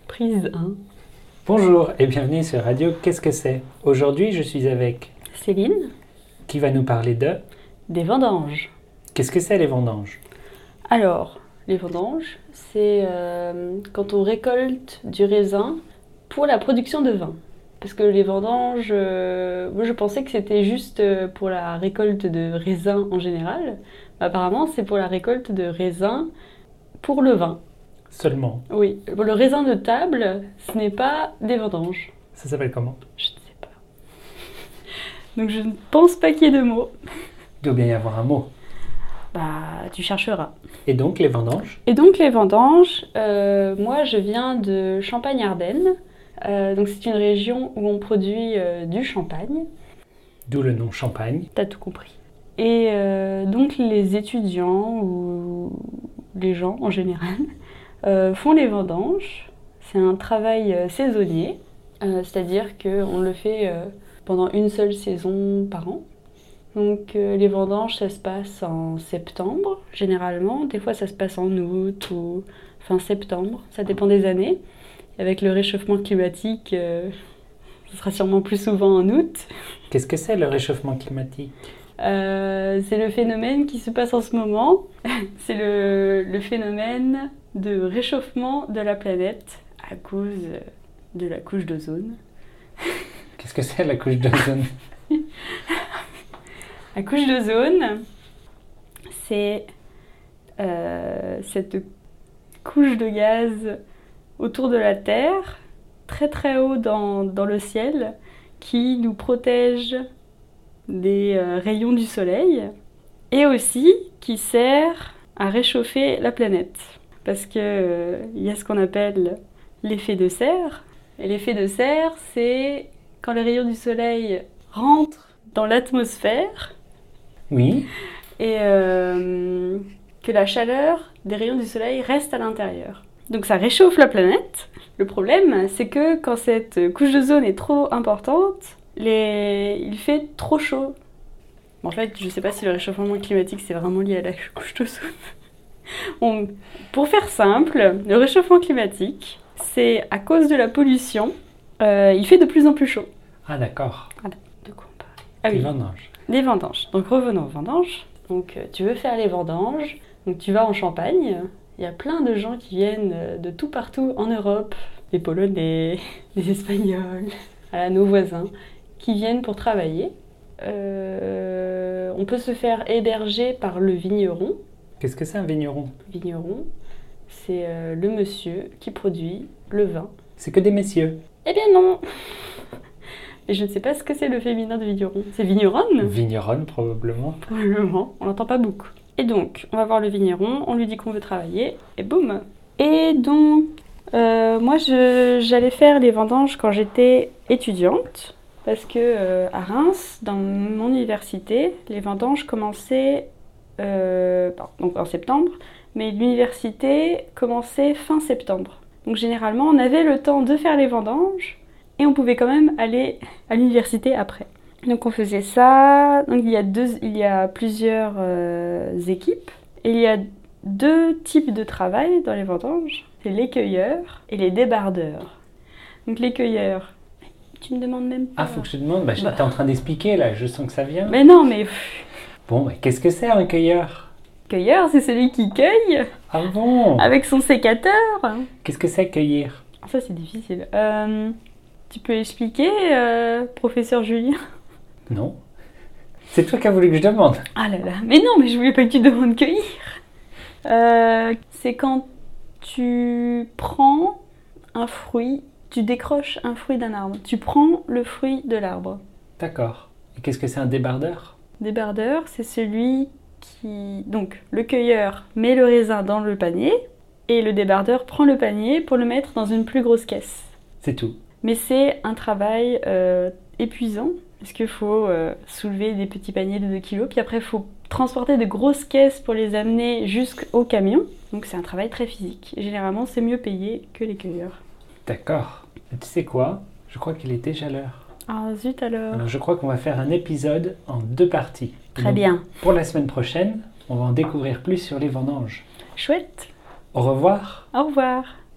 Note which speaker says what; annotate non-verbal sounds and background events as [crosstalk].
Speaker 1: surprise. Hein.
Speaker 2: Bonjour et bienvenue sur Radio Qu'est-ce que c'est Aujourd'hui, je suis avec
Speaker 1: Céline,
Speaker 2: qui va nous parler de
Speaker 1: des vendanges.
Speaker 2: Qu'est-ce que c'est les vendanges
Speaker 1: Alors, les vendanges, c'est euh, quand on récolte du raisin pour la production de vin. Parce que les vendanges, euh, moi je pensais que c'était juste euh, pour la récolte de raisins en général. Mais apparemment, c'est pour la récolte de raisins pour le vin.
Speaker 2: Seulement.
Speaker 1: Oui, Pour le raisin de table, ce n'est pas des vendanges.
Speaker 2: Ça s'appelle comment
Speaker 1: Je ne sais pas. [laughs] Donc je ne pense pas qu'il y ait de mots.
Speaker 2: Il doit bien y avoir un mot.
Speaker 1: Bah, tu chercheras.
Speaker 2: Et donc, les vendanges
Speaker 1: Et donc les vendanges, euh, moi je viens de Champagne-Ardenne. Euh, donc c'est une région où on produit euh, du champagne.
Speaker 2: D'où le nom champagne.
Speaker 1: T'as tout compris. Et euh, donc les étudiants ou les gens en général [laughs] euh, font les vendanges. C'est un travail euh, saisonnier, euh, c'est-à-dire qu'on le fait euh, pendant une seule saison par an. Donc euh, les vendanges, ça se passe en septembre généralement. Des fois, ça se passe en août ou fin septembre. Ça dépend des années. Avec le réchauffement climatique, euh, ce sera sûrement plus souvent en août.
Speaker 2: Qu'est-ce que c'est le réchauffement climatique
Speaker 1: Euh, c'est le phénomène qui se passe en ce moment. [laughs] c'est le, le phénomène de réchauffement de la planète à cause de la couche d'ozone.
Speaker 2: Qu'est-ce que c'est la
Speaker 1: [laughs]
Speaker 2: couche d'ozone
Speaker 1: La couche d'ozone, c'est euh, cette couche de gaz autour de la Terre, très très haut dans, dans le ciel, qui nous protège des euh, rayons du soleil et aussi qui sert à réchauffer la planète. Parce que euh, il y a ce qu'on appelle l'effet de serre. Et l'effet de serre, c'est quand les rayons du soleil rentrent dans l'atmosphère
Speaker 2: Oui.
Speaker 1: et euh, que la chaleur des rayons du soleil reste à l'intérieur. Donc ça réchauffe la planète. Le problème, c'est que quand cette couche de zone est trop importante, les... il fait trop chaud. Bon, en fait, je ne sais pas si le réchauffement climatique, c'est vraiment lié à la [laughs] couche de zone. On- Pour faire simple, le réchauffement climatique, c'est à cause de la pollution, euh, il fait de plus en plus chaud.
Speaker 2: Ah, d'accord.
Speaker 1: De quoi on parle Ah
Speaker 2: Les
Speaker 1: oui,
Speaker 2: vendanges.
Speaker 1: les vendanges. Donc revenons aux vendanges. Donc euh, tu veux faire les vendanges, donc tu vas en Champagne. Il y a plein de gens qui viennent euh, de tout partout en Europe, des Polonais, [laughs] des Espagnols, [laughs] voilà, nos voisins, qui viennent pour travailler. Euh, on peut se faire héberger par le vigneron.
Speaker 2: Qu'est-ce que c'est un vigneron
Speaker 1: Vigneron, c'est euh, le monsieur qui produit le vin.
Speaker 2: C'est que des messieurs.
Speaker 1: Eh bien non [laughs] Et je ne sais pas ce que c'est le féminin de vigneron. C'est vigneronne
Speaker 2: Vigneronne, probablement.
Speaker 1: Probablement, on l'entend pas beaucoup. Et donc, on va voir le vigneron, on lui dit qu'on veut travailler, et boum Et donc, euh, moi je- j'allais faire les vendanges quand j'étais étudiante, parce que euh, à Reims, dans mon université, les vendanges commençaient euh, bon, donc en septembre, mais l'université commençait fin septembre. Donc généralement, on avait le temps de faire les vendanges, et on pouvait quand même aller à l'université après. Donc on faisait ça. Donc il y a deux, il y a plusieurs euh, équipes. Et il y a deux types de travail dans les vendanges. C'est les cueilleurs et les débardeurs. Donc les cueilleurs, tu me demandes même pas.
Speaker 2: Ah, faut que je te demande. Bah, j'étais
Speaker 1: Bah.
Speaker 2: en train d'expliquer là, je sens que ça vient.
Speaker 1: Mais non, mais pff,
Speaker 2: Bon, bah, qu'est-ce que c'est un cueilleur
Speaker 1: cueilleur, c'est celui qui cueille
Speaker 2: Ah bon
Speaker 1: avec son sécateur.
Speaker 2: Qu'est-ce que c'est cueillir
Speaker 1: Ah, Ça c'est difficile. Euh, tu peux expliquer, euh, professeur Julien
Speaker 2: Non. C'est toi qui as voulu que je demande.
Speaker 1: Ah là là, mais non, mais je voulais pas que tu demandes cueillir. Euh, c'est quand tu prends un fruit, tu décroches un fruit d'un arbre. Tu prends le fruit de l'arbre.
Speaker 2: D'accord. Et qu'est-ce que c'est un débardeur
Speaker 1: Débardeur, c'est celui qui... Donc, le cueilleur met le raisin dans le panier et le débardeur prend le panier pour le mettre dans une plus grosse caisse.
Speaker 2: C'est tout.
Speaker 1: Mais c'est un travail euh, épuisant, parce qu'il faut euh, soulever des petits paniers de 2 kilos, puis après il faut transporter de grosses caisses pour les amener jusqu'au camion. Donc c'est un travail très physique. Et généralement, c'est mieux payé que les cueilleurs.
Speaker 2: D'accord. Mais Tu sais quoi Je crois qu'il est déjà l'heure.
Speaker 1: Ah zut alors
Speaker 2: Alors je crois qu'on va faire un épisode en deux parties. Et
Speaker 1: Très
Speaker 2: donc,
Speaker 1: bien.
Speaker 2: Pour la semaine prochaine, on va en découvrir plus sur les vendanges.
Speaker 1: Chouette
Speaker 2: Au revoir
Speaker 1: Au revoir